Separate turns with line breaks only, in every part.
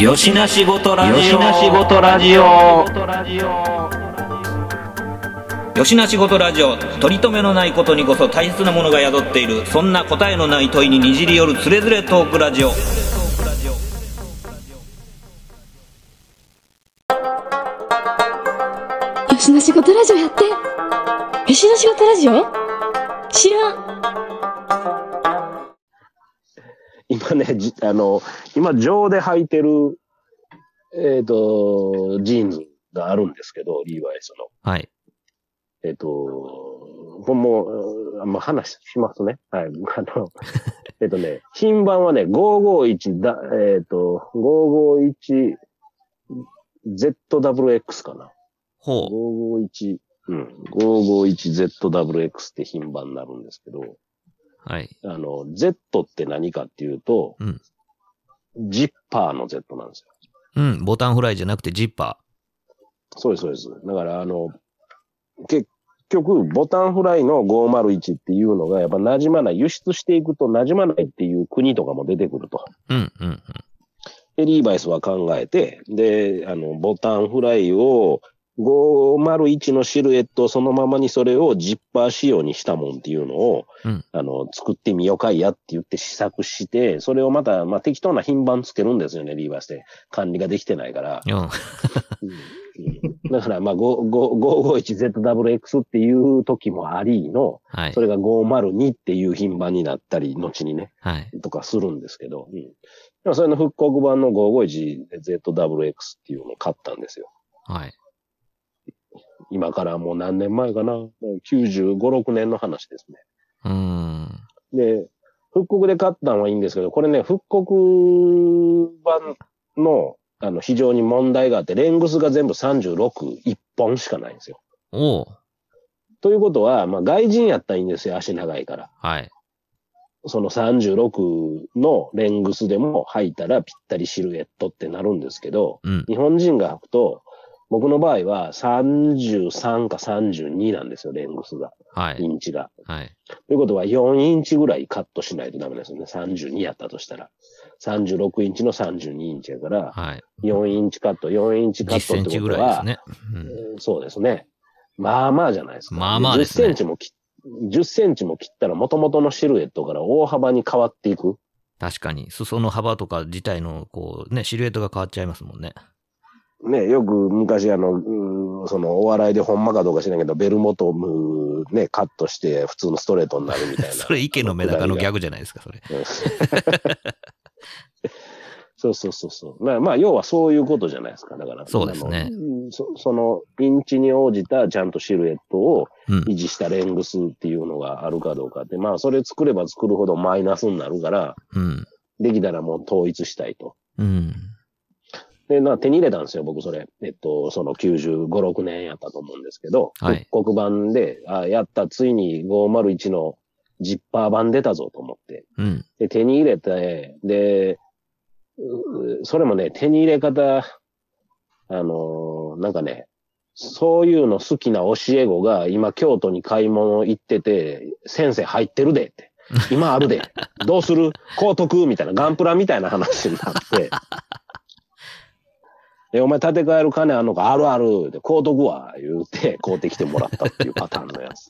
よしな仕事ラジオよしな仕事ラジオよしな仕事ラジオ取り留めのないことにこそ大切なものが宿っているそんな答えのない問いににじり寄るつれづれトークラジオ
吉野仕事ラジオやって吉野仕事ラジオ知らん
今ね、じ あの、今、上で履いてる、えっ、と、ジーンズがあるんですけど、リーバイスの。
はい。
えっ、と、これもう、あまあ、話しますね。はい。 あの、えっとね、品番はね、551だ、えっ、と、551ZWX かな。
ほう。
551、うん、551ZWX って品番になるんですけど、
はい。
あの、Z って何かっていうと、
うん
ジッパーの Z なんですよ。
うん。ボタンフライじゃなくてジッパ
そうです、そうです。だから、あの、結局、ボタンフライの501っていうのが、やっぱ馴染まない、輸出していくと馴染まないっていう国とかも出てくると。
ー。うん、うん、うん。
で、リーバイスは考えて、で、あの、ボタンフライを、501のシルエットそのままにそれをジッパー仕様にしたもんっていうのを、
うん
あの、作ってみようかいやって言って試作して、それをまた、まあ、適当な品番つけるんですよね、リーバイスで。管理ができてないから。
うん。
うんだから、まあ、5 5 551ZWX っていう時もありの、
はい
そ。れが502っていう品番になったり、後にね、
はい。
とかするんですけど、うん。でもそれの復刻版の 551ZWX っていうのを買ったんですよ。
はい。
今からもう何年前かなもう ?95、6年の話です
うーん。
ね。で、復刻で買ったのはいいんですけど、これね、復刻版の、あの、非常に問題があって、レングスが全部36、1本しかないんですよ。
おう。
ということは、まあ、外人やったらいいんですよ、足長いから。
はい。
その36のレングスでも履いたらぴったりシルエットってなるんですけど、
うん。
日本人が履くと、僕の場合は33か32なんですよ、レングスが、
は
イ
い。
ンチが。
はい。
ということは4インチぐらいカットしないとダメなんですよね。32やったとしたら。36インチの32インチやから、
はい。
4インチカット、4インチカ
10
ット
セ
っ
ン
て
チ
こ
ぐ
と
らいです
は、
ね。うん。
そうですね。まあまあじゃないですか。
まあまあですね
10センチも切10センチも切ったら元々のシルエットから大幅に変わっていく。
確かに、裾の幅とか自体の、こう、ね、シルエットが変わっちゃいますもんね。
ね、よく昔あの、うーそのお笑いでほんまかどうか知らんけど、ベルモトムね、カットして普通のストレートになるみたいな。
それ、池のメダカのギャグじゃないですか、それ。
うん そうそうそうそう。まあ、まあ、要はそういうことじゃないですか。だから。
そうですね
あの。うんそその、インチに応じたちゃんとシルエットを
うん。
維持したレングスっていうのがあるかどうかって、まあ、それ作れば作るほどマイナスになるから、
うん。
できたらもう統一したいと。
うん。
で、な手に入れたんですよ、僕それ。えっと、その95、6年やったと思うんですけど、
はい
復刻版で、あやった、ついに501のジッパー版出たぞと思って。
うん。
で、手に入れて、で、うそれもね、手に入れ方、あのーなんかね、そういうの好きな教え子が今京都に買い物行ってて、先生入ってるでって。今ある で。どうする高徳みたいな、ガンプラみたいな話になって。で、お前建て替える金あんのかあるある。で、高徳は言うて、買うてきてもらったっていうパターンのやつ。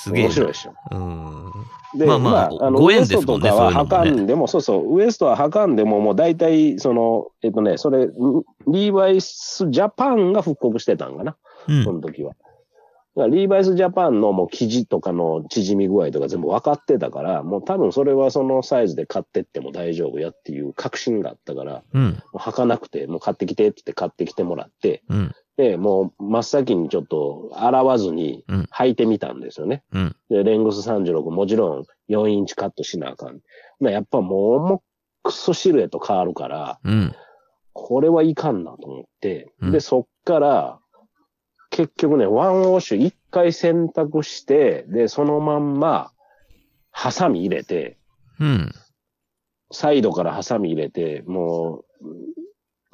すげえ
面
な。
白いでしょ。
うん。
で、
ま
ま
あ
あま
まあ
あ、あの
ご縁ですもん
ウエストと
ね
かは
そういうのも
は
ね
かんでも、そうそう、ウエストははかんでも、もう大体、その、えっとね、それ、んリーバイスジャパンが復刻してたんかな、
うん
そ。の時は。だからリーバイスジャパンのもう生地とかの縮み具合とか全部分かってたから、もう多分それはそのサイズで買ってっても大丈夫やっていう確信があったから、も
うん。
う履かなくて、もう買ってきてって言って買ってきてもらって、
うん。
で、もう真っ先にちょっと洗わずに
うん
履いてみたんですよね。
うん。
で、レングス36もちろん4インチカットしなあかん。まあやっぱもうもうクソシルエット変わるから、
うん。
これはいかんなと思って、
うん
で、そっから、結局ね、ワンウォッシュ1回洗濯して、で、そのまんま、ハサミ入れて、
うん。
サイドからハサミ入れて、もう、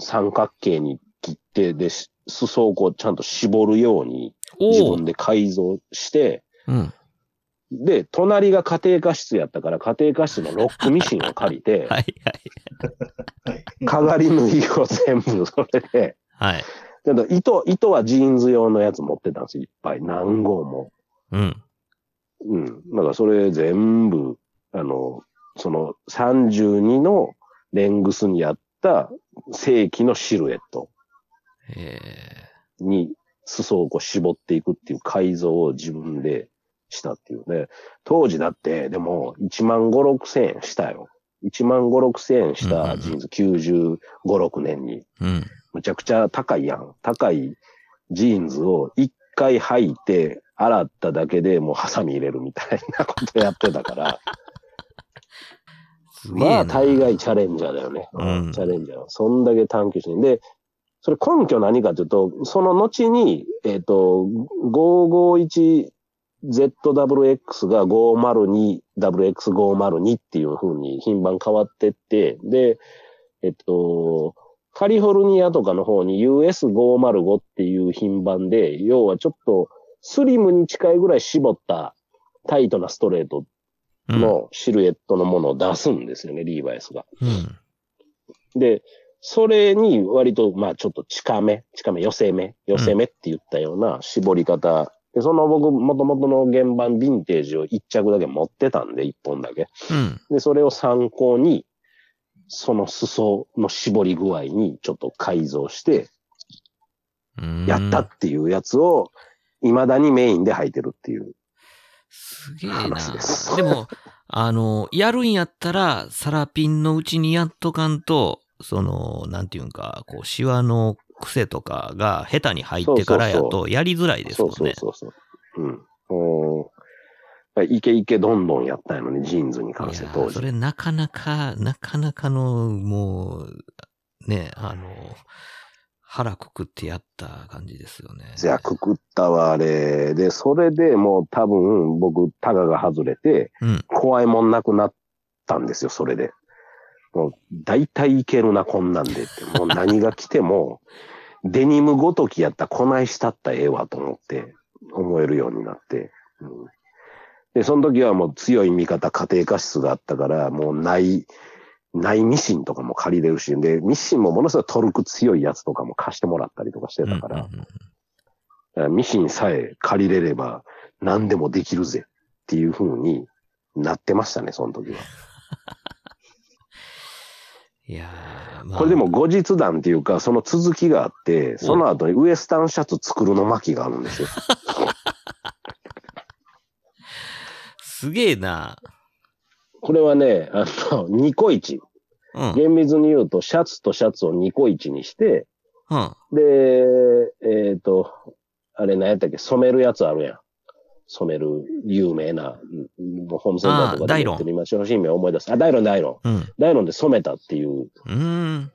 三角形に切って、で、し裾をこうちゃんと絞るように自
お
分
う。
で改造して、
うん。
で、隣が 家庭科室やったから、家庭科室のロックミシンを借りて、
はいはい。
かがり縫いを全部、それで、
はい。
ちょっと糸、糸はジーンズ用のやつ持ってたんですよ、いっぱい。何号も。
うん。
うん。だからそれ全部、あの、その32のレングスにあった正規のシルエット
え
に裾をこう絞っていくっていう改造を自分でしたっていうね。当時だって、でも1万5、6千円したよ。1万5、6千円したジーンズ95、6年に。
ーうん。
むちゃくちゃ高いやん。高いジーンズを一回履いて、洗っただけでもうハサミ入れるみたいなことやってたから、
すげえ
ま
な
あ大概チャレンジャーだよね。
うん
チャレンジャー。そんだけ探求心。で、それ根拠何かというと、その後に、えっ、と、551ZWX が 502WX502 っていう風に品番変わってって、で、えっ、と、カリフォルニアとかの方に US505 っていう品番で、要はちょっとスリムに近いぐらい絞ったタイトなストレート
うん
のシルエットのものを出すんですよね、リーバイスが。
うん。
で、それに割と、まあちょっと近め、近め、寄せ目、寄せ目って言ったような絞り方。で、その僕、元々の原版ヴィンテージを1着だけ持ってたんで、1本だけ。
うん。
で、それを参考に、その裾の絞り具合にちょっと改造して、
うん。
やったっていうやつを、未だにメインで履いてるっていう。
すげえな
話です。
でも、あの、やるんやったら、サラピンのうちにやっとかんと、その、なんていうんか、こう、シワの癖とかが下手に入ってからや
そうそう
と、やりづらいです
そ
もん
う
ね。
そうそうそう。うん。もう、イケイケどんどんやったんやのね、ジーンズに関して
いや
当
ーそ
時。
れなかなか、なかなかの、もう、ね、あの、腹くくってやった感じですよね。
じゃあ、くくったわ、あれ。で、それでもう多分、僕、タガが外れて、
うん。
怖いもんなくなったんですよ、それで。もう、大体いけるな、こんなんでって。もう何が来ても、デニムごときやったらこないしたったらええわと思って、思えるようになって。うんで、その時はもう強い味方、家庭科室があったから、もうない、ないミシンとかも借りれるし、で、ミシンもものすごいトルク強いやつとかも貸してもらったりとかしてたから、
うんうんうん
ミシンさえ借りれれば何でもできるぜっていう風になってましたね、その時は。
いやーまあ、
これでも、後日談っていうか、その続きがあって、その後にウエスタンシャツ作るの巻があるんですよ。
すげえな。
これはね、あの、ニコイチ。
うん。うん。
厳密に言うと、シャツとシャツをニコイチにして、
は
で、えっ、と、あれ何やったっけ、染めるやつあるやん。染める有名な、うんもうホームセンターとかで売ってる今、商品名思い出す。あ、ダイロン、ダイロン。
うん。
ダイロンで染めたっていう
うーん。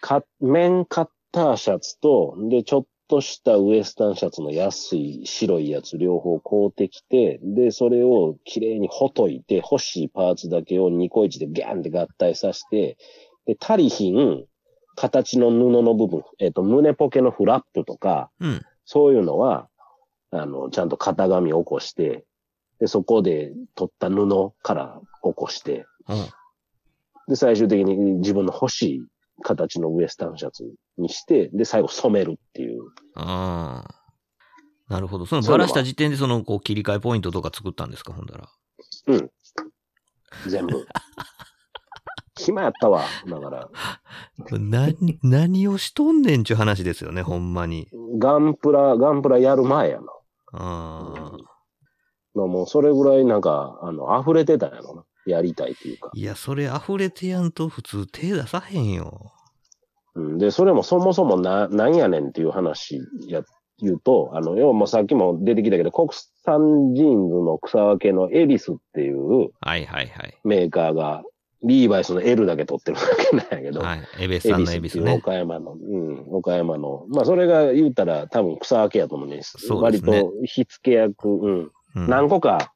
か、面カッターシャツと、で、ちょっとしたウエスタンシャツの安い白いやつ両方買うてきて、で、それを綺麗にほといて、欲しいパーツだけをニコイチでギャンって合体させて、で、足りひん、形の布の部分、えっ、と、胸ポケのフラップとか、
うん。
そういうのは、あの、ちゃんと型紙起こして、で、そこで取った布から起こして、
うん。
で、最終的に自分の欲しい形のウエスタンシャツにして、で、最後染めるっていう。
ああ。なるほど。その
そうい
バ
うのは
ラした時点でそのこう切り替えポイントとか作ったんですか、ほんだら。
全部。 暇やったわ。だから、
な、何をしとんねんちゅう話ですよね、ほんまに。
ガンプラ、ガンプラやる前やな。
ああ。
まあもうそれぐらいなんか、あの、溢れてたんやろな。やりたいっていうか。
いや、それ溢れてやんと普通手出さへんよ。
うん、で、それもそもそもな、なんやねんっていう話や、言うと、あの、要はもうさっきも出てきたけど、国産ジーンズの草分けのエビスっていう
はいはいはい。
メーカーが、リーバイスの L だけ取ってるだけなんやけど、
はい。エベス
恵
さ
比
んの
寿
エ
っ
ビ
て
ス
いう
ね。
岡山の、うん、岡山の。まあ、それが言うたら多分草分けやと思うんです。
そうですね
割と火付け役、うん。
うん
何個か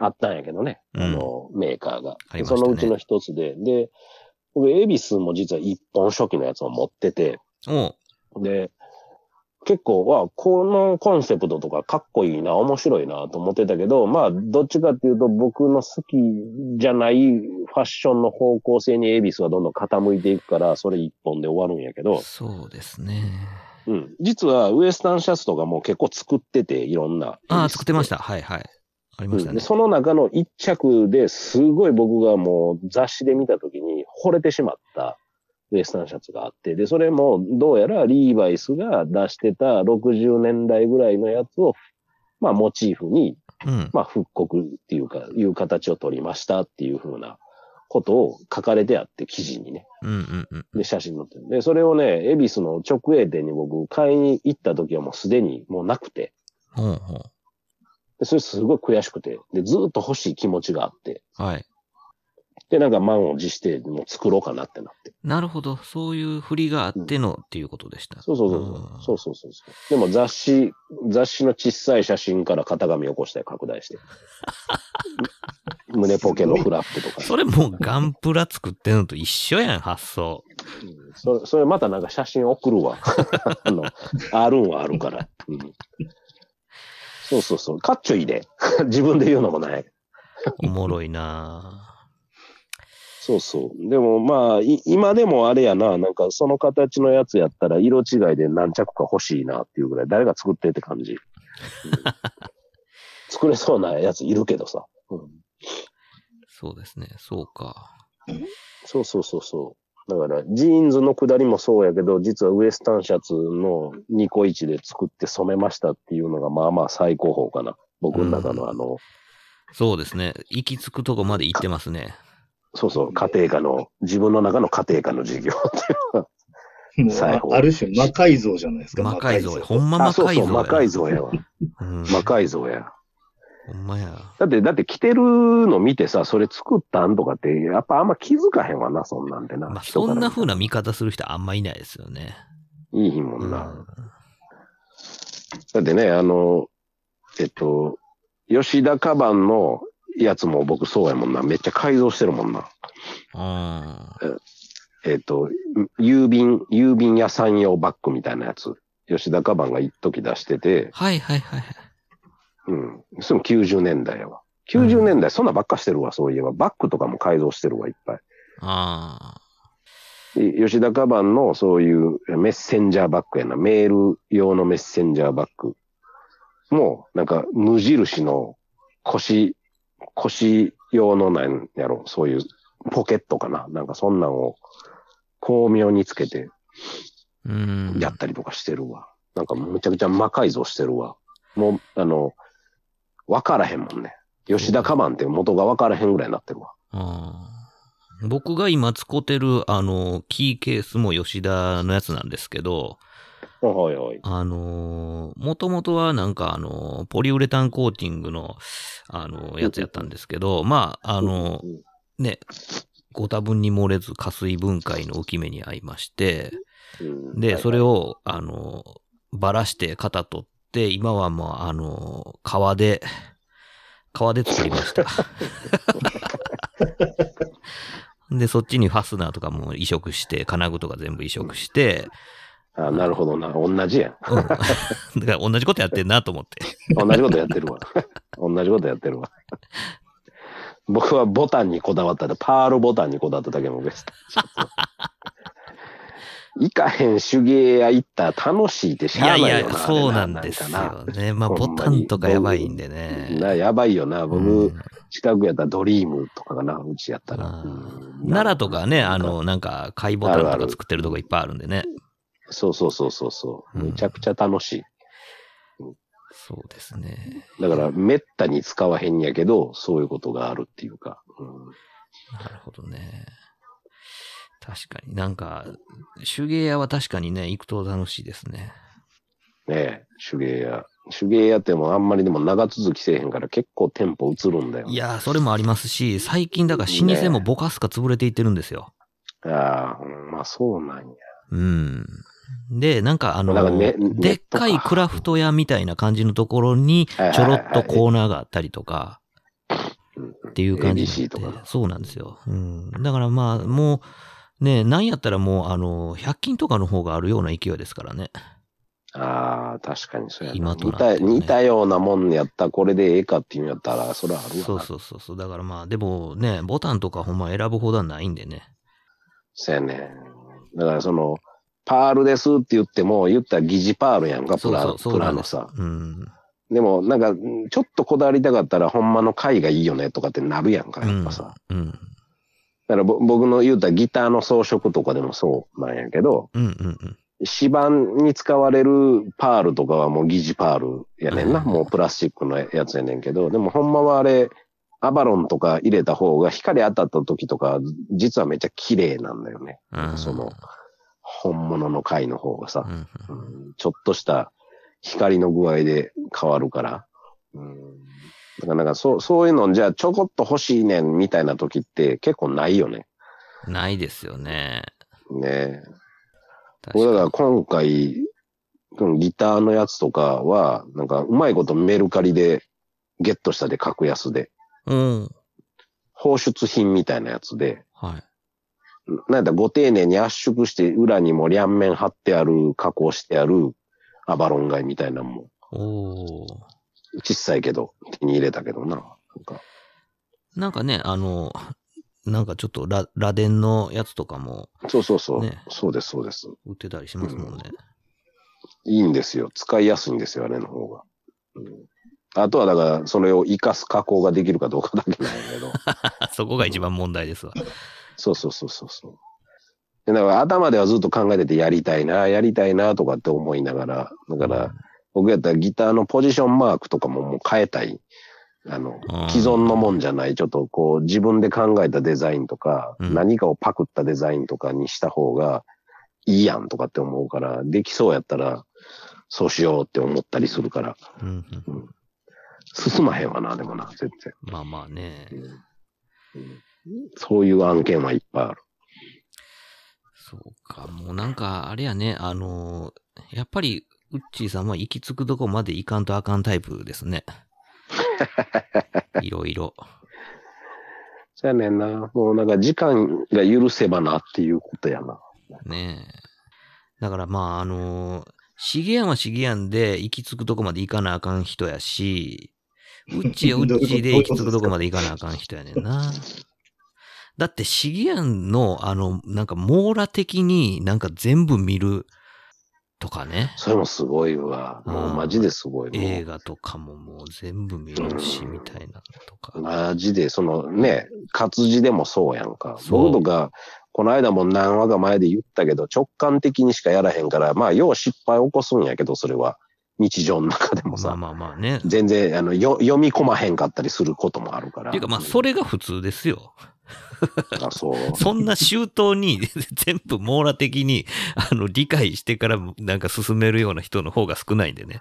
あったんやけどね。
うん
あの、メーカーが。
ありました
そ
ね
のうちの一つで。で、僕、恵比寿も実は一本初期のやつを持ってて、
おう
で、結構、わ、このコンセプトとかかっこいいな、面白いなと思ってたけど、まあ、どっちかっていうと僕の好きじゃないフファッションの方向性に恵比寿はどんどん傾いていくから、それ一本で終わるんやけど、
そうですね。
うん。実はウエスタンシャツとかも結構作ってて、いろんな。
ああ、作ってました。はいはい。ありました
うんで
ね。
その中の一着ですごい僕がもう雑誌で見たときに惚れてしまったウエスタンシャツがあって、で、それもどうやらリーバイスが出してた60年代ぐらいのやつを、まあモチーフに、
うん。
まあ復刻っていうか、いう形を取りましたっていう風なことを書かれてあって、記事にね。
うんうんうん。
で、写真載ってる。で、それをね、恵比寿の直営店に僕買いに行った時はもうすでにもうなくて、
ほうほ
でそれすごい悔しくて、で、ずーっと欲しい気持ちがあって、
う。はい。
で、なんか満を持して、もう作ろうかなってなって。
なるほど。そういう振りがあってのっていうことでした。
そうそうそうそう。そうそうそうそう。でも雑誌、雑誌の小さい写真から型紙をこして拡大して。胸ポケのフラップとか
うん。それもうガンプラ作ってんのと一緒やん、発想。
うんそれ、それまたなんか写真送る わ。あの、あるんはあるから。うんそうそうそう。かっちょいいで。自分で言うのもない。
おもろいな
そうそう。でもまあ、い今でもあれやな、なんかその形のやつやったら色違いで何着か欲しいなっていうぐらい、誰が作ってって感じ。うん作れそうなやついるけどさ。うん
そうですね。そうか。
そうそうそうそう。だから、ジーンズの下りもそうやけど、実はウエスタンシャツのニコイチで作って染めましたっていうのが、まあまあ最高峰かな。僕の中
うん
のあの、
そうですね。行き着くとこまで行ってますね。
そうそう、家庭科の、自分の中の家庭科の授業っていう
もう
最後
あある種、魔改造じゃないですか。
魔改造。
魔
ほんま
あ、
魔
そう
改造
そう、
や。
魔改造やわ。
うん。
魔改造や。
ほんまや。
だって、だって着てるの見てさ、それ作ったんとかって、やっぱあんま気づかへんわな、そんなんでな。
まあ、
人
そ
から
んな風な見方する人あんまいないですよね。
いい日も
うん
な。
ん。
だってね、あの、えっと、吉田カバンのやつも僕そうやもんな。めっちゃ改造してるもんな。
あ
えっと、郵便、郵便屋さん用バッグみたいなやつ。吉田カバンが一時出してて、
はいはいはいはい。
うん。それも90年代やわ。90年代、そんなばっかしてるわ、そういえば。バッグとかも改造してるわ、いっぱい。
あ
吉田カバンのそういうメッセンジャーバッグやな、メール用のメッセンジャーバッグも、なんか無印の腰、腰用のなんやろ、そういうポケットかな、なんかそんなんを巧妙につけて
あ。うん。
やったりとかしてるわ。なんかむちゃくちゃ魔改造してるわ。もう、あの、わからへんもんね。吉田カバンって元がわからへんぐらいになってるわ。
あー僕が今使ってる、あの、キーケースも吉田のやつなんですけど、
はいはい。
あのー、もともとはなんかあのー、ポリウレタンコーティングの、あのー、やつやったんですけど、まあ、あの
うん
ー、ね、ご多分に漏れず、加水分解の浮き目に合いまして、
うん
で、それ、を、あの、ばらして型取って、今はもう、あの、革で、革で作りました。 で、そっちにファスナーとかも移植して、金具とか全部移植して、
あなるほどな。同じやん。
うん だから同じことやってんなと思って。
同じことやってる わ。同じことやってるわ。僕はボタンにこだわったで、パールボタンにこだわっただけのベスト。行かへん手芸屋行ったら楽しいってし
い
ゃ
や
あ
い
ないよな。
や、そうなんですよね。まあ、
ほ
ボ
んまに
タンとかやばいんで
あれ
ね
な。。な、やばいよな。僕、
うん
近くやったらドリームとかかな、うちやったら。
あ
うん
ー奈良とかね、あ、の、なんか、貝ボタンと
あるあ
か
る
作ってるとこいっぱいあるんでね。
そうそうそうそうそう。
うん
めちゃくちゃ楽しい。
そうですね。
だから、めったに使わへんやけど、そういうことがあるっていうか。うん
なるほどね。確かになんか、手芸屋は確かにね、行くと楽しいですね。
ねえ、手芸屋。手芸屋ってもうあんまりでも長続きせえへんから結構店舗移るんだよ。
いやー、それもありますし、最近だから老舗もボカスカ潰れていってるんですよ。
ああ、うんまあそうなんや。
うん。で、なんかあの、
なんかねネットか
でっかいクラフト屋みたいな感じのところに、ちょろっとコーナーがあったりとか、
うん
っていう感じ
ABC
に
と
なって
か。
そうなんですよ。うん。だからまあ、もう、ね、なんやったらもう、あの、100均とかの方があるような勢いですからね。
ああ、確かにそうやな。
今と
似
なったてはね
似たようなもんやったらこれでええかっていうんやったら、それはあるわな。
そうそうそうそう。だからまあ、でもね、ボタンとかほんま選ぶほどはないんでね。
そうやね。だからその、パールですって言っても、言ったら疑似パールやんか、プ
そう
ラ
そう、そう
プ
な
ラ
ん
の
です
さ。
うん。
でも、なんか、んちょっとこだわりたかったら、ほんまの貝がいいよねとかってなるやんか、やっぱさ。
うん。うん
だからぼ僕の言うたらギターの装飾とかでもそうなんやけど、
うんうん。
指板に使われるパールとかはもう疑似パールやねんな。
うん
もうプラスチックのやつやねんけど、でもほんまはあれ、アバロンとか入れた方が光当たった時とか、実はめっちゃ綺麗なんだよね。
うん。
その、本物の貝の方がさ
う、ん。
うんちょっとした光の具合で変わるから。うんだからなんかそう、そういうの、じゃあちょこっと欲しいねんみたいな時って結構ないよね。
うん。ないですよね。
ねえ
確
僕だか
から
今回、このギターのやつとかは、なんかうまいことメルカリでゲットしたで格安で、
に。うん。
放出品みたいなやつで、
はい。
なんやったらご丁寧に圧縮して裏にも両面貼ってある、加工してあるアバロン貝みたいなのも、
おー。
小さいけど手に入れたけどな。なんか
なんかね、あの、なんかちょっとラ、螺鈿のやつとかも
そうそうそう、
ね
そうです、そうです。
売ってたりしますもんね。
いいんですよ。使いやすいんですよ、あれの方が。うんあとはだから、それを活かす加工ができるかどうかだけなんやけど。
そこが一番問題ですわ。
そうそうそうそうそう。でだから頭ではずっと考えててやりたいな、やりたいなとかって思いながら、だから僕やったらギターのポジションマークとかももう変えたい。あの、
うん
既存のもんじゃない、ちょっとこう自分で考えたデザインとか、
うん
何かをパクったデザインとかにした方がいいやんとかって思うから、できそうやったらそうしようって思ったりするから、
うんうん。
進まへんわな、でもな、絶対。
まあまあね。
そういう案件はいっぱいある。
そうか。もうなんか、あれやね、あの、やっぱり、ウッチーさんは行き着くとこまで行かんとあかんタイプですね。いろいろ。
そうやねんな。もうなんか時間が許せばなっていうことやな。
ねえ。だからまあ、あの、シゲヤンはシゲヤンで行き着くとこまで行かなあかん人やし、ウッチーはウッチーで行き着くとこまで行かなあかん人やねんな。だってシゲヤンの、あの、なんか網羅的になんか全部見るとかね。
それもすごいわ。もうマジですごい。もう
映画とかももう全部見るし、みたいなのとか。
マジで、そのね、活字でもそうやんか。
そう
僕とか、この間も何話か前で言ったけど、直感的にしかやらへんから、まあ、よう失敗起こすんやけど、それは。日常の中でも
まあ
さ。
まあまあね。っ
全然、あの、よ読み込まへんかったりすることもあるから。
ていうかまあ、それが普通ですよ。
あ、そう。
そんな周到に全部網羅的にあの理解してからなんか進めるような人の方が少ないん でね。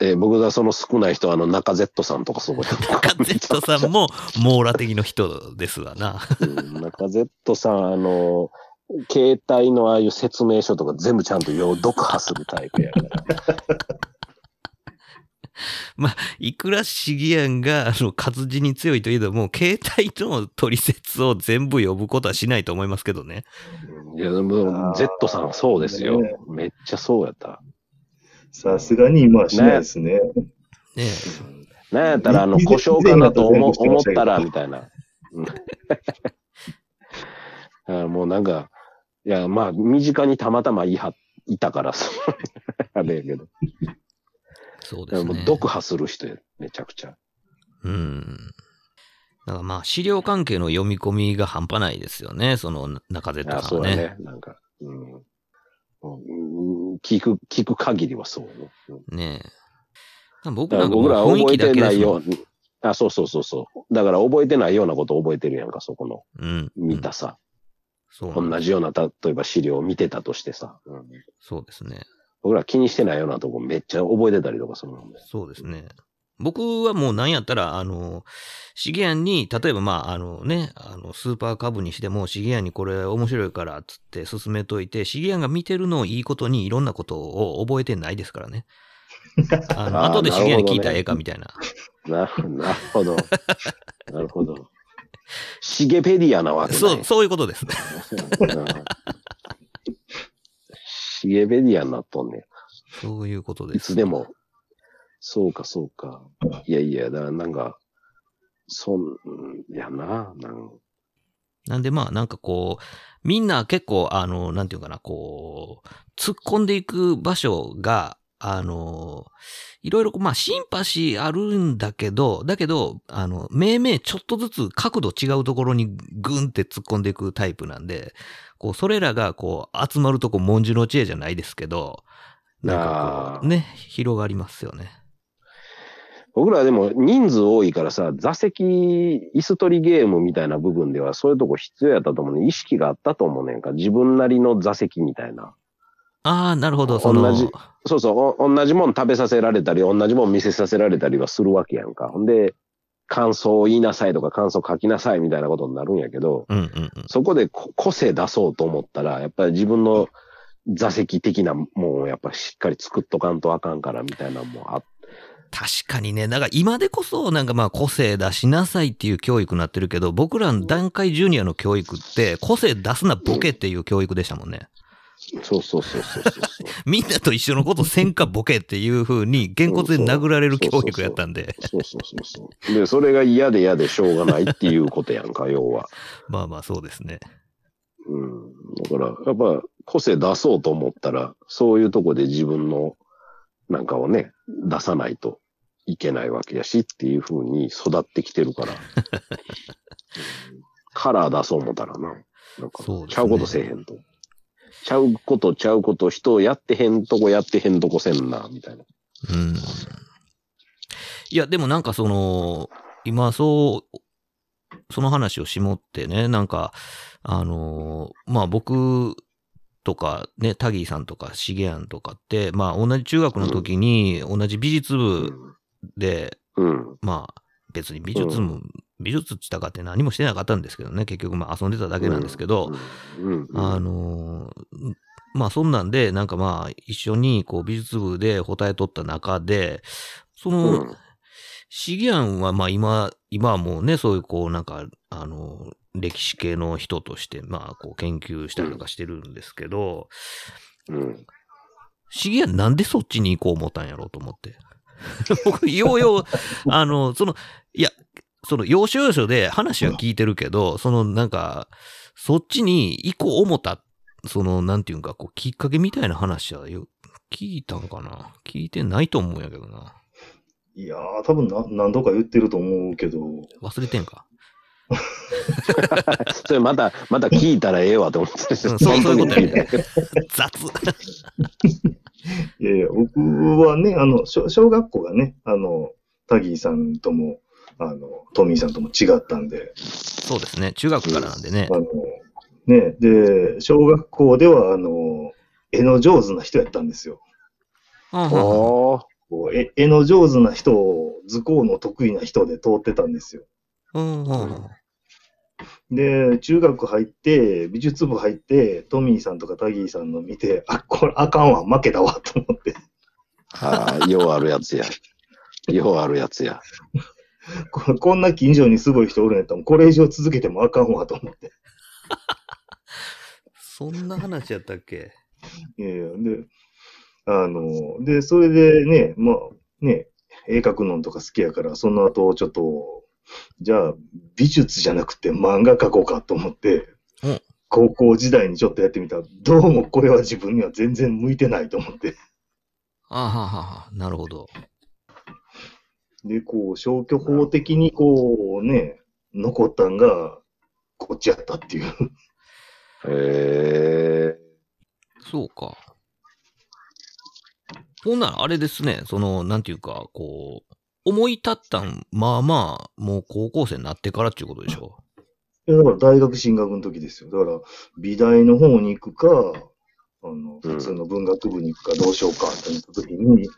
えー僕がその少ない人は、あの、中 Z さんとかそうやんか
カゼットさんも網羅的の人ですわな。
うん中 Z さん、あの、携帯のああいう説明書とか全部ちゃんとよう読破するタイプやから。
いくらシギアンがあの活字に強いといえども、携帯の取説を全部呼ぶことはしないと思いますけどね。
いや、でも
あー
Z さんはそうですよ
ね。
めっちゃそうやった。
さすがに今はしないですね。
ね
なんやったら、あの、
以前
故障かなと思
以前
思
の
っ
と全部してましたけど
たら、みたいな。 うんあもうなんか、いや、まあ、身近にたまたまいはいたから、そうあれやけど。
そう
い
で
や
す
もう
ね。
読破する人や、めちゃくちゃ。
うん。だからまあ資料関係の読み込みが半端ないですよね。その中ゼッ
あ
トさ
そ
ん
う
は
や
ね。
ね。なんか、うん。うん聞く、聞く限りはそうやね。うん
ねえ。僕
だ
な
から
んか
僕
僕
ら
ら
は
雰
覚え
囲気だ
て
けで
な
す
い
も。
ようんに。あ、そうそうそうそう。だから覚えてないようなこと覚えてるやんか、そこの
うん。
見たさ。
そうなん
同
です
じような、例えば資料を見てたとしてさ、うん
そうですね。
僕ら気にしてないようなとこめっちゃ覚えてたりとかするもんね。
そうですね。僕はもうなんやったら、あの、シゲアンに、例えばまあ、あのね、あの、スーパーカブにしても、シゲアンにこれ面白いからっつって進めといて、シゲアンが見てるのをいいことにいろんなことを覚えてないですからね。あの、
あー
後でシゲアンに聞いた
なるほどね
らええかみたいな。
な、 なるほど。なるほど。シゲペディアなわけね。
そう、そういうことです。
うんシゲペディアになっとんね。
そういうことです。
いつでも。そうか、そうか。いやいや、だからなんか、そん、やな、なん
なんでまあなんかこう、みんな結構あの、なんていうかな、こう、突っ込んでいく場所が、あの、いろいろこうまあシンパシーあるんだけど、だけど、あの、命名ちょっとずつ角度違うところにグンって突っ込んでいくタイプなんで、こう、それらがこう、集まるとこ文字の知恵じゃないですけど、なんかこう、ね、広がりますよね。
僕らでも人数多いからさ、座席、椅子取りゲームみたいな部分ではそういうとこ必要やったと思うね。意識があったと思うねんか。自分なりの座席みたいな。
ああ、なるほど、その、
同じ、そうそう、お同じもん食べさせられたり、同じもん見せさせられたりはするわけやんか。ほんで、感想を言いなさいとか感想書きなさいみたいなことになるんやけど、
うんうんうん。
そこでこ個性出そうと思ったら、やっぱり自分の座席的なもんをやっぱしっかり作っとかんとあかんからみたいなのもあっ
確かにね、だから今でこそなんかまあ個性出しなさいっていう教育になってるけど、僕らの段階ジュニアの教育って、個性出すなボケっていう教育でしたもんね。
そうそうそうそうそうそう。
みんなと一緒のことせんかボケっていう風に、げんこつで殴られる教育やったんで、
そうそうそうそう。で、それが嫌で嫌でしょうがないっていうことやんか、要は。
まあまあそうですね。
うん。だから、やっぱ個性出そうと思ったら、そういうとこで自分のなんかをね、出さないといけないわけやしっていうふうに育ってきてる から。うんカラー出そう思ったらな。なんか、
そうですね
ちゃうことせえへんと。ちゃうことちゃうこと、人をやってへんとこやってへんとこせんな、みたいな。
うん。いや、でもなんかその、今そう、その話をしもってね、なんか、あのーまあ僕とかね、タギーさんとかシゲアンとかって、まあ同じ中学の時に同じ美術部で、
うん。
まあ別に美術も、美術っつったかって何もしてなかったんですけどね、結局まあ遊んでただけなんですけど、
うん。うん。
あのーまあそんなんで、なんかまあ一緒にこう美術部で答え取った中で、そうの、
ん。
シギアンはまあ今、今はもうね、そういうこうなんか、あの、歴史系の人として、まあこう研究したりとかしてるんですけど、
うん。
シギアンなんでそっちに行こう思ったんやろうと思って。 僕、ようよ う、あの、その、いや、その、要所要所で話は聞いてるけど、そのなんか、そっちに行こう思った、その、なんていうんか、こう、きっかけみたいな話はよ、聞いたんかな聞いてないと思うんやけどな。
いやー、多分な何度か言ってると思うけど、
忘れてんか。
それまた、また聞いたらええわと思って。
うんそうそういうことやね。雑。
いやいや、僕はね、あの、小小学校がね、あの、タギーさんとも、あの、トミーさんとも違ったんで、
そうですね。中学からなんでね
あ。の、ね、で、小学校では、あの、絵の上手な人やったんですよ。
うんうんうん
おー
こう絵絵の上手な人を図工の得意な人で通ってたんですよ。
うんうんうん
で、中学入って、美術部入って、トミーさんとかタギーさんの見て、あ、これあかんわ、負けたわ、と思って、
ああ、ようあるやつや。ようあるやつや。
こ こんな近所にすごい人おるんやったら、これ以上続けてもあかんわ、と思って。
そんな話やったっけ
いやいや、で、あの、で、それでね、まあ、ね、絵描くのとか好きやから、その後、ちょっと、じゃあ、美術じゃなくて漫画描こうかと思って
うん、
高校時代にちょっとやってみたら、どうもこれは自分には全然向いてないと思って。
あはははなるほど。
で、こう、消去法的に、こう、ね、残ったんが、こっちやったっていう。
へえ。
そうか。ほんならあれですね、その、なんていうか、こう、思い立ったん、まあまあ、もう高校生になってからっていうことでしょ
いやだから大学進学の時ですよ。だから、美大の方に行くか、あの、
うん
普通の文学部に行くかどうしようかってなった時に、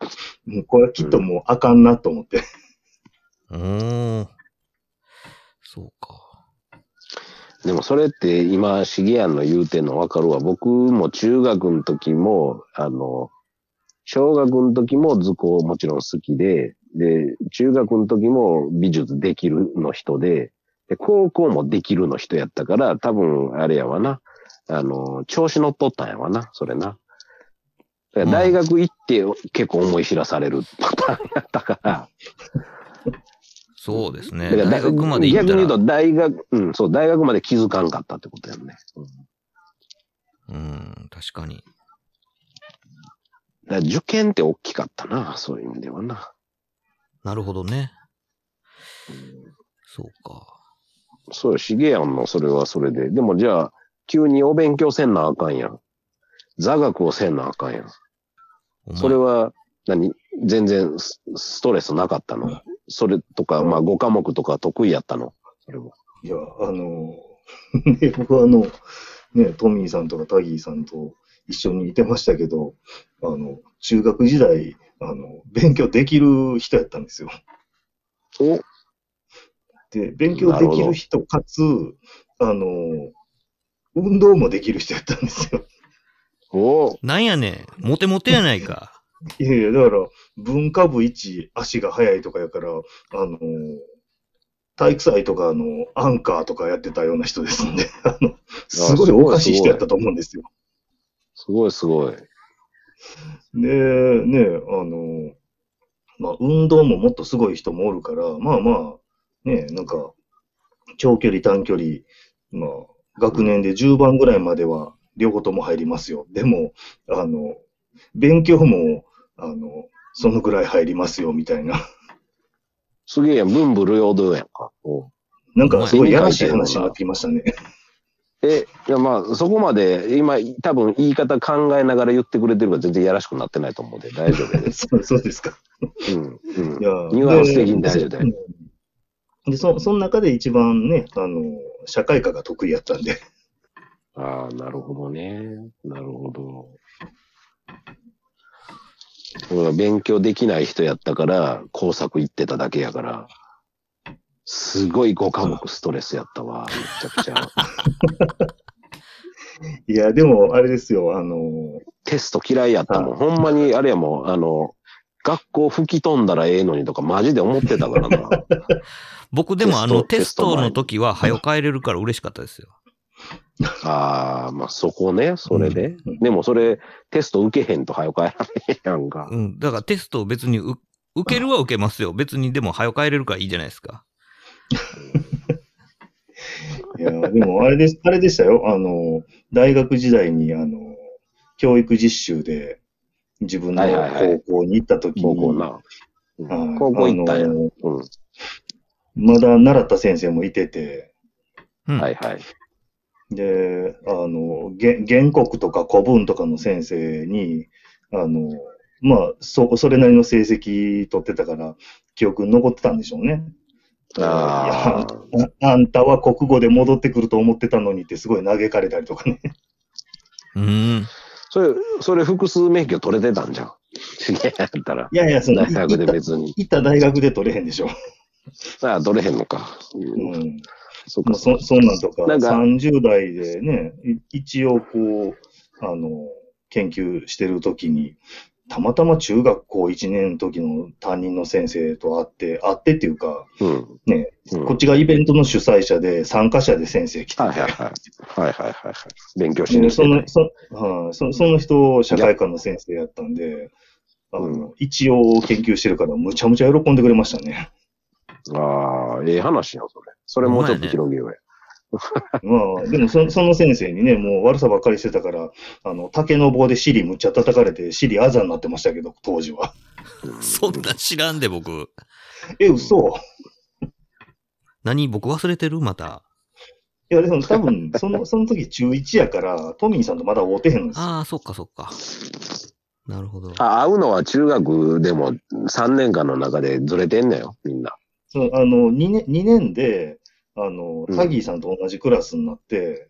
もうこれはきっともうあかんなと思って。
う。うーん。そうか。
でもそれって今、シゲアンの言うてんのわかるわ。僕も中学の時も、あの、小学の時も図工もちろん好きで、で、中学の時も美術できるの人で、で高校もできるの人やったから、多分あれやわな。あの、調子乗っとったんやわな、それな。だから大学行って結構思い知らされるパターンやったから。
そうですね。
だから
大学まで行っ
逆
た
に言う
ら
と、大学、うん、そう、大学まで気づかんかったってことやんね。うん
うん、確かに。
だから受験って大きかったな、そういう意味ではな。
なるほどね。そうか。
そうよ、しげやんの、それはそれで。でもじゃあ、急にお勉強せんなあかんやん。座学をせんなあかんやん。
お前
それは何、全然スストレスなかったの、それとか、まあ5科目とか得意やったのそれも。
いや、あの、 ね、僕はあの、ね、トミーさんとかタギーさんと一緒にいてましたけど、あの、中学時代、あの、勉強できる人やったんですよ。
お
で、勉強できる人かつ、あの、運動もできる人やったんですよ。
お
なんやねん。モテモテやないか。
いやいや、だから、文化部一足が速いとかやから、あの、体育祭とか、あの、アンカーとかやってたような人ですんで、 あの、すごい
すごい
おかしい人やったと思うんですよ。
すごいすごい。
で、ね、あの、まあ、運動ももっとすごい人もおるから、まあまあ、ね、なんか、長距離、短距離、まあ、学年で10番ぐらいまでは両方とも入りますよ。でも、あの、勉強も、あの、そのぐらい入りますよ、みたいな。
すげえやん、文武両道やんか。お
なんか、すごいやらしい話になってきましたね。
え、いやまあ、そこまで、今、多分言い方考えながら言ってくれてるから全然やらしくなってないと思うんで、大丈夫です。
そうそうですか。
うん。うん
いや。
ニュアンス的に大丈夫だよ
でうんで、そ、その中で一番ね、あの、社会科が得意やったんで。
ああ、なるほどね。なるほど。俺は勉強できない人やったから、工作行ってただけやから、すごい5科目ストレスやった わ、めちゃくちゃ。
いや、でも、あれですよ、あの、
テスト嫌いやったもん。ほんまに、あれやもん、あの、学校吹き飛んだらええのにとか、マジで思ってたからな。
僕でもあのテ
テ
ス
ス
ト
ト
の時は早帰れるから嬉しかったですよ。
ああ、まあそこね、それで。
うん
でもそれ、テスト受けへんと早く帰られへんやんか。
うん。だからテスト別にう受けるは受けますよ。別にでも早帰れるからいいじゃないですか。
いや、でも、あれです、あれでしたよ、あの、大学時代に、あの、教育実習で、自分の
はいはいはい
高校に行った時に、
高校な。う
は
ん
い
高校行ったんや
あの
うん。
まだ習った先生もいてて、
うん。
はいはい。
で、あの、げ原告とか古文とかの先生に、あの、まあ、そ、それなりの成績取ってたから、記憶に残ってたんでしょうね。
ああ。
いやああんたは国語で戻ってくると思ってたのにってすごい嘆かれたりとかね。
うん。
それ、それ複数免許取れてたんじ ゃん。すげえやったら。
いやいや、その、
大学で
行っ
別に。
た行った大学で取れへんでしょ。
さあ、取れへんのか。
う
うん。
ん。
そっ
ま
か
あ、。そ、そんなんとか、
なんか
30代でね、い一応こう、あの、研究してるときに、たまたま中学校1年の時の担任の先生と会って、会ってっていうか、
うん。
ね、
うん
こっちがイベントの主催者で、参加者で先生来て
はいはいはい。はいはいはいはい。勉強し
で
に来
そ
て
の
ね。
そはいそその人、社会科の先生やったんで、あの
うん
一応研究してるから、むちゃむちゃ喜んでくれましたね。
ああ、ええ話やん、それ。それもうちょっと広げようや。
まあ、でもそ、その先生にね、もう悪さばっかりしてたから、あの、竹の棒で尻むっちゃ叩かれて、尻あざになってましたけど、当時は。
そんな知らんで僕。
え、嘘
何僕忘れてるまた。
いや、でも多分、その、その時中1やから、トミーさんとまだ会うてへんのですよ。
ああ、そっかそっか。なるほど。
あ、会うのは中学でも3年間の中でずれてんのよ、みんな。
その、あの、2年、二年で、あの
う、ん
タギーさんと同じクラスになって、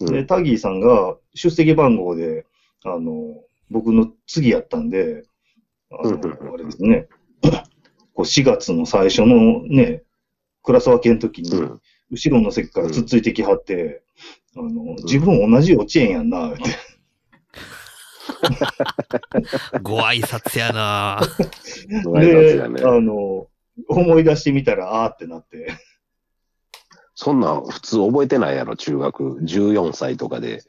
うん
で、タギーさんが出席番号で、あの、僕の次やったんで、あ
うんうんう
の、あれですね、 こう4月の最初のね、クラス分けの時
う
に、
ん。
後ろの席からつっついてきはって、あの、自分同じ幼稚園やんな、って。
ご挨拶や な
ご挨拶
で、
やね。
あの、思い出してみたら、あーってなって。
そんなん普通覚えてないやろ、中学14歳とかで。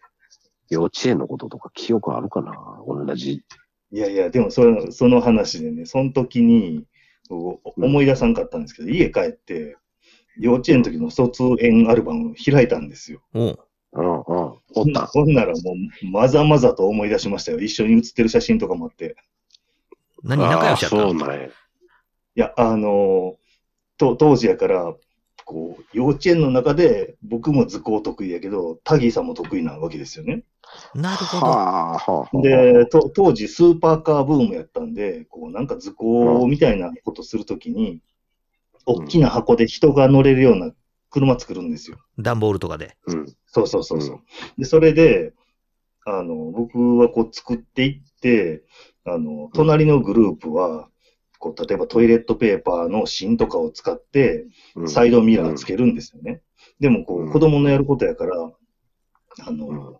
幼稚園のこととか記憶あるかな同じ。
いやいや、でもそれ、その話でね、その時に、お思い出さんかったんですけど、家帰って、幼稚園の時の卒園アルバムを開いたんですよ。
おう
うんうん。お
ほ
っ
んな
た。
ほんならもう、まざまざと思い出しましたよ。一緒に写ってる写真とかもあって。
何仲良しやった
あーそうなんや。
いや、あのと、当時やから、こう、幼稚園の中で、僕も図工得意やけど、タギーさんも得意なわけですよね。
なるほど。
はあ、はあ。
で、と当時スーパーカーブームやったんで、こうなんか図工みたいなことするときに、
うん
大きな箱で人が乗れるような車作るんですよ。
段ボールとかで。
うん。
そうそうそうそう。で、それで、あの、僕はこう作っていって、あの、隣のグループは、こう、例えばトイレットペーパーの芯とかを使って、
うん
サイドミラーつけるんですよね。でもこ
うん
う、子供のやることやから、あ
うん
の、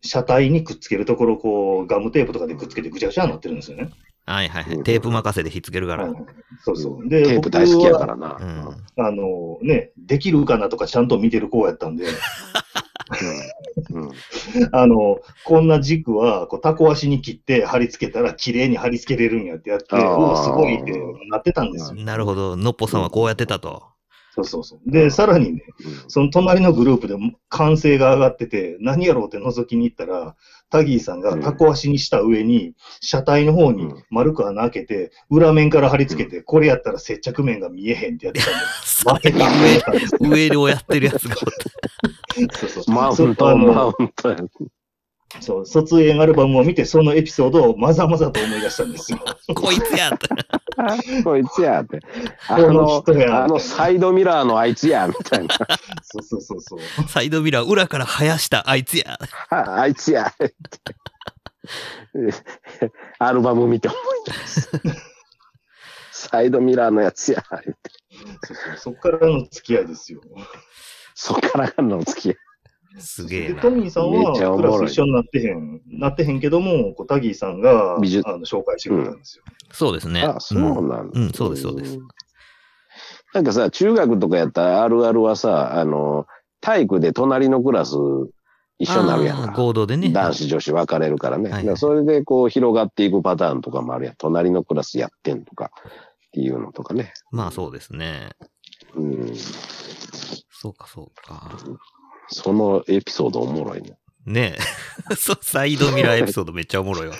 車体にくっつけるところをこう、ガムテープとかでくっつけてぐちゃぐちゃになってるんですよね。
はいはいは
う
い。
ん
テープ任せでひっつけるから。
は
う
い
ん。
そうそう。で、
テープ大好きやからな。
う
僕は。あの、ね、できるかなとかちゃんと見てる子やったんで、
うん。うん
あの、こんな軸は、こう、タコ足に切って貼り付けたら、綺麗に貼り付けれるんやってやって、
あー
おお、すごいってなってたんですよ。
ん。なるほど。のっぽさんはこうやってたと。
そうそうそう。で、さらにね、その隣のグループでも歓声が上がってて、何やろうって覗きに行ったら、タギーさんがタコ足にした上に、車体の方に丸く穴開けて、裏面から貼り付けて、これやったら接着面が見えへんってやってたんです。
そ
負け
れ
た負けたんです
上、上をやってるやつがおった。
そうそう
マウン
そうあ
ト、
の
マウントや。
そう、卒園アルバムを見て、そのエピソードをまざまざと思い出したんですよ。
こいつやと。
こいつやって。あ
この
の
人や
あのサイドミラーのあいつや、みたいな。
そうそうそうそう。
サイドミラー裏から生やしたあいつや。
ああいつや。って アルバム見て思い出 す。サイドミラーのやつや。って
そうそうそっからの付き合いですよ。
そっからがの付き合い。
すげえ
で、
な
ト。ミーさん
めっちゃお
はク
もろい
ラス一緒になってへん、なってへんけども、こうタギーさんがあの
美術
紹介してくれたんですよ。
そうですね。
あ、そうなんだ
うんうんそうですそうです。
なんかさ、中学とかやったらあるあるはさ、あの、体育で隣のクラス一緒になるやん
あー
か。
合同でね。
男子女子分かれるからね。
はいはい
だからそれでこう広がっていくパターンとかもあるやん。隣のクラスやってんとかっていうのとかね。
まあそうですね。
うん。
そうかそうか。
そのエピソードおもろいね。
ねえ。 そう、サイドミラーエピソードめっちゃおもろいわ。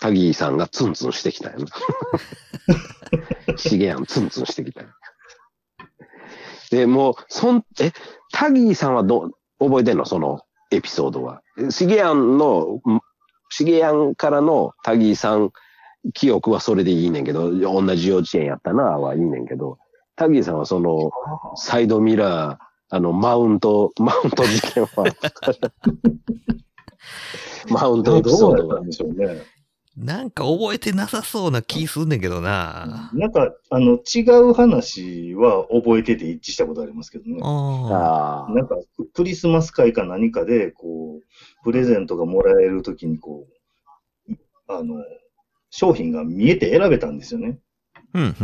タギーさんがツンツンしてきたよ な。シゲアンツンツンしてきたよ。で、もう、そん、え、タギーさんはど、覚えてんのそのエピソードは。シゲアンの、んシゲアンからのタギーさん記憶はそれでいいねんけど、同じ幼稚園やったなはいいねんけど、タギーさんはその、サイドミラー、あの、マウント、マウント事件 は、マウントエピ
ど
ソ
う
ー
だっ
ド
た
が
ん。でしょうね。
なんか覚えてなさそうな気すんねんけどな。
なんか、あの、違う話は覚えてて一致したことありますけどね。
ああ。
ああ。
なんか、クリスマス会か何かで、こう、プレゼントがもらえるときに、こう、あの、商品が見えて選べたんですよね。
うん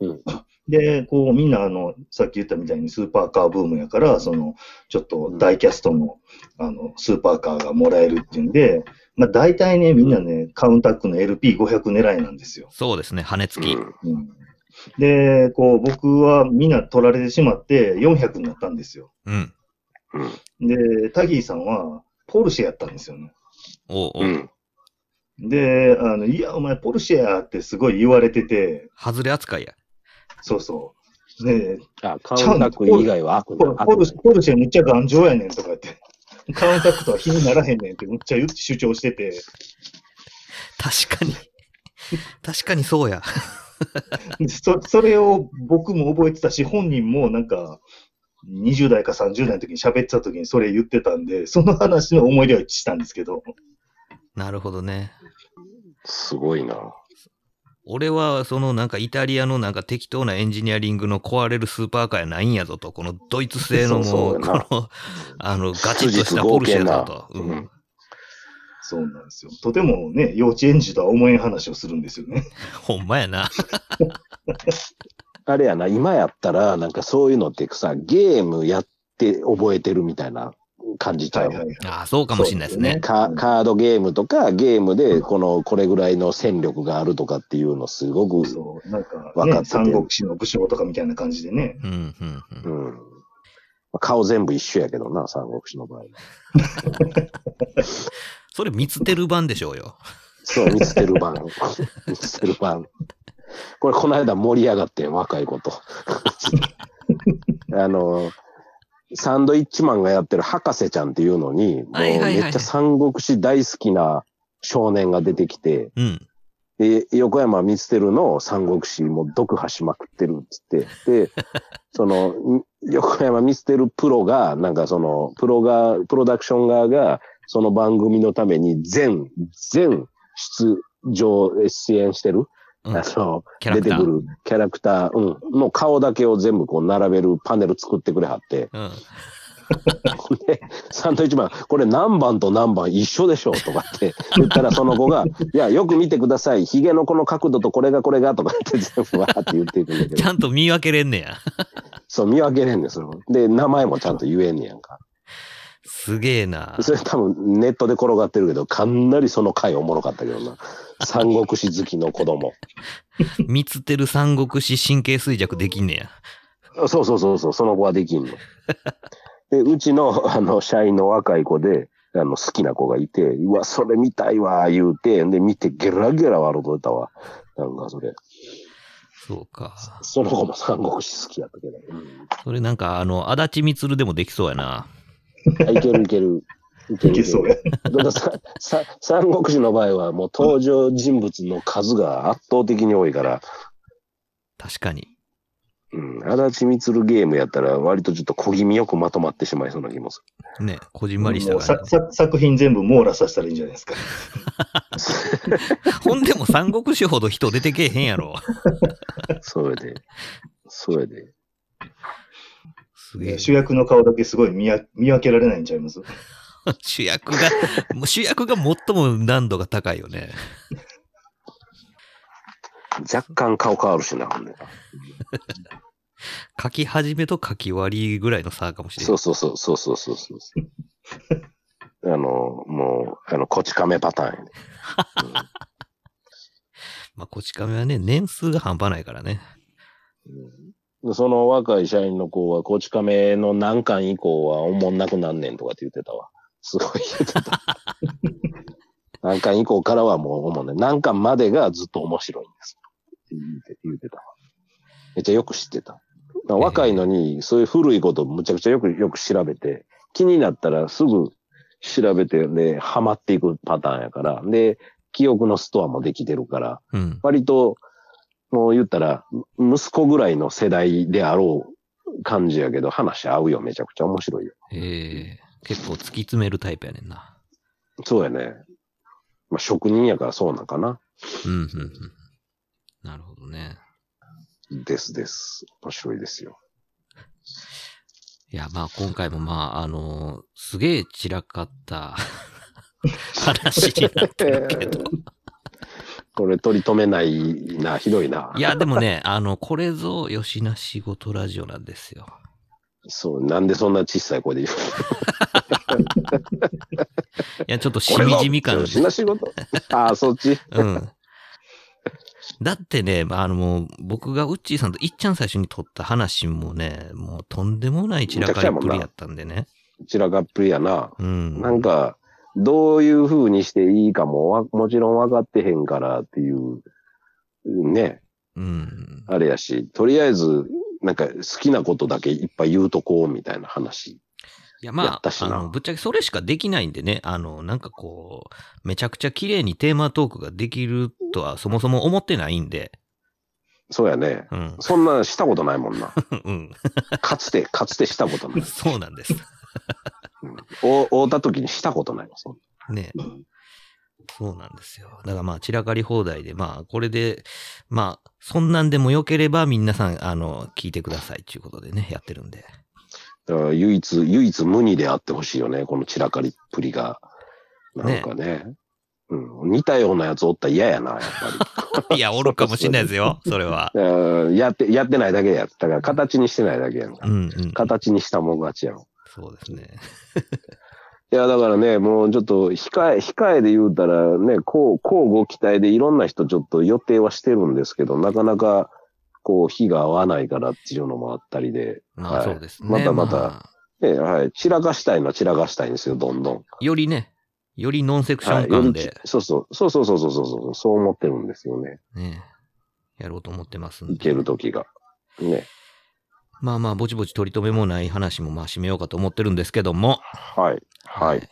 うん。
で、こう、みんな、あの、さっき言ったみたいにスーパーカーブームやから、その、ちょっとダイキャストの、あの、スーパーカーがもらえるっていうんで、まあ、大体ね、みんなね、カウンタックの LP500 狙いなんですよ。
そうですね。羽根付き。
うんで、こう、僕はみんな取られてしまって、400になったんですよ。
うん。
で、タギーさんは、ポルシェやったんですよね。
おうお
う
う、
ん。
で、あの、いや、お前、ポルシェやってすごい言われてて、
外れ扱いや。
そうそう。ね
あ、カウンタック以外は悪
ポ
な
ルポルシェポルシェむっちゃ頑丈やねんとか言って、 カウンタックとは比にならへんねんってむっちゃ言って主張してて、
確かに。確かにそうや。
そそれを僕も覚えてたし、本人もなんか、20代か30代の時に喋ってた時にそれ言ってたんで、その話の思い出は一致したんですけど、
なるほどね。
すごいな。
俺は、そのなんかイタリアのなんか適当なエンジニアリングの壊れるスーパーカーやないんやぞと、このドイツ製のも
そう
う、
そうやな
この、 あの、ガチッとしたポルシェだと。
う
うんん。。
そうなんですよ。とてもね、幼稚園児とは思えん話をするんですよね。
ほんま やな。
あれやな、今やったら、なんかそういうのってさ、ゲームやって覚えてるみたいな感じちゃ。
はいうはいはい。
ああ、そうかもしれないですね。
カカードゲームとか、ゲームで、この、これぐらいの戦力があるとかっていうのすごく、
そう、なんか、
分かって
ね、
て
三国志の武将とかみたいな感じで ね。
うん、うん、う。
うんん。顔全部一緒やけどな、三国志の場合。
それ、見つてる版でしょうよ。
そう、見つける版。 見つける版。これ、この間盛り上がってん、若い子と。 あの、サンドイッチマンがやってる博士ちゃんっていうのに、もう
はいはいはい
めっちゃ三国志大好きな少年が出てきて、
うん。
で、横山光輝の三国志も読破しまくってるっつって、 で、その、ん横山光輝プロが、なんかその、プロが、プロダクション側が、その番組のために全、全出場、え支援してる、
うん
あの、
キャラ
出
ク
て
タ
く
ー。
るキャラクター、うん、の顔だけを全部こう並べるパネル作ってくれはって、
うん。
で、サンドイッチマン、これ何番と何番一緒でしょとかって言ったら、その子が、いや、よく見てください。ヒゲのこの角度とこれがこれがとかって全部わーって言っていくんだけ
ち
ど、
ゃんと見分けれんねや。
そう見分けれんねん、それもで、名前もちゃんと言えんねやんか。
すげえな。
それ多分ネットで転がってるけど、かなりその回おもろかったけどな。三国志好きの子供。
見つてる三国志神経衰弱できんねや。
そうそうそうそう、その子はできん の。で、うちの、あの、社員の若い子で、あの、好きな子がいて、うわ、それ見たいわ、言うて、で、見てゲラゲラ笑うとったわ。なんか、それ。
そうか。
その子も三国志好きやったけど。うん
それなんか、あの、足立みつるでもできそうやな。
あ、いけるいける。いけ
いけそうや。
だからささ三国志の場合は、もう登場人物の数が圧倒的に多いから、
確かに。
うん、足立みつるゲームやったら、割とちょっと小気味よくまとまってしまいそうな気もする。
ね、こじんまりした
もう
か
さ
ら。
さ作品全部網羅させたらいいんじゃないですか。
ほんでも三国志ほど人出てけえへんやろ。
それで、それで。
すげえ。
主役の顔だけすごい見わ見分けられないんちゃいます
主役が、もう主役が最も難度が高いよね。
若干顔変わるしな、ほんで。
書き始めと書き終わりぐらいの差かもしれな
そ。
いう
そうそうそうそうそうそう。あの、もう、あの、こち亀パターンやね。
まあ、こち亀はね、年数が半端ないからね。
でその若い社員の子は、こち亀の何巻以降はおもんなくなんねんとかって言ってたわ。すごい言ってた。何巻以降からはもうおもんない。何巻までがずっと面白いんです。って言って言ってたわ。めっちゃよく知ってた。だから若いのに、そういう古いことむちゃくちゃよく、よく調べて、気になったらすぐ調べて、ね、ハマっていくパターンやから。で、記憶のストアもできてるから、
うん。
割と、もう言ったら、む息子ぐらいの世代であろう感じやけど、話合うよ、めちゃくちゃ面白いよ。
ええ結構突き詰めるタイプやねんな。
そうやね。まあ、職人やからそうなんかな。
うん、うん、うん。なるほどね。
ですです。面白いですよ。
いや、まあ今回もまあ、あのーすげえ散らかった 話になってる けど。
これ取り留めないな、ひどいな。
いや、でもね、あの、これぞ吉な仕事ラジオなんですよ。
そう、なんでそんな小さい声で言う
いや、ちょっとしみじみ
これ
感
が。そんな仕事ああ、そっち。
うん。だってね、まああの、もう僕がウッチーさんといっちゃん最初に撮った話もね、もうとんでもない散らかりっぷりやったんでね。
散らかっぷりやな。
うん。
なんか、どういう風にしていいかもわ、もちろん分かってへんからっていう、ね。
うん。
あれやし、とりあえず、なんか好きなことだけいっぱい言うとこうみたいな話。
いや、
や
ま
っ
あ
た、し
あ
な
の、ぶっちゃけそれしかできないんでね、あの、なんかこう、めちゃくちゃ綺麗にテーマトークができるとはそもそも思ってないんで、
そうやね。
うん、
そんなんしたことないも んな。
うん、
かつて、かつてしたこと ない。
そうなんです。
お、会うた時にしたことないわそん
ね。そうなんですよ。だからまあ、散らかり放題で、まあ、これで、まあ、そんなんでも良ければ、皆さん、あの、聞いてくださいっていうことでね、やってるん で。
だから唯一、唯一無二であってほしいよね。この散らかりっぷりが。なんかね。うん。似たようなやつおったら嫌やな、やっ
いや、おるかもしんないですよ、それは。
ぱり うん。やって、やってないだけや。だから形にしてないだけやんか
うん、うん。
形にしたもん勝ちやん。
そうですね。
いや、だからね、もうちょっと、控え、控えで言うたらね、こう、こうご期待でいろんな人ちょっと予定はしてるんですけど、なかなか、こう、日が合わないからっていうのもあったりで、
まあ
はい
そうですね。
またまた
あ
ね、はい、散らかしたいのは散らかしたいんですよ、どんどん。
よりね、よりノンセクシ
は
ョン
い、よ
感
り
で、
そうそう、そうそうそうそうそうそう、そう思ってるんですよね。
ね、やろうと思ってますんで。
いける時が。ね。
まあまあ、ぼちぼち取り留めもない話もまあ締めようかと思ってるんですけども。
はい。はい。。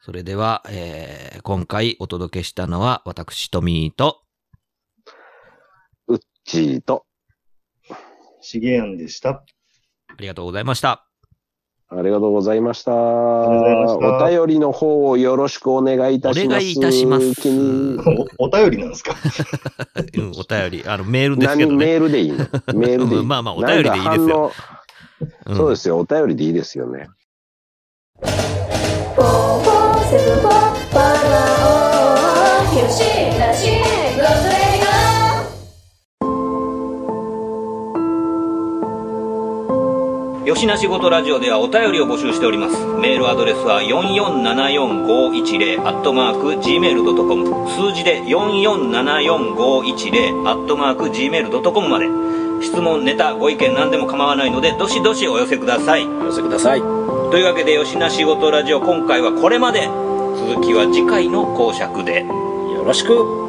それでは、えー今回お届けしたのは、私、トミーと、
うっちーと、
しげやんでした。
ありがとうございました。
ありがとうございました。
りがとうございました
お便りの方をよろしくお願いいたします。
お願いいたします
気に
お、お便りなんですか
うん、お便り、あの、メールですけど
何
ね。
メールでいい のメールでいい。
まあまあお便りでいいで
な
すよ
んか
う
反応
ん
そうですよ、お便りでいいですよね。
よしなしごとラジオではお便りを募集しておりますメールアドレスは4474510アットマーク Gmail.com 数字で4474510アットマーク Gmail.com まで質問ネタご意見何でも構わないのでどしどしお寄せください
お寄せください。
というわけでよしなしごとラジオ今回はこれまで続きは次回の講釈で
よろしく。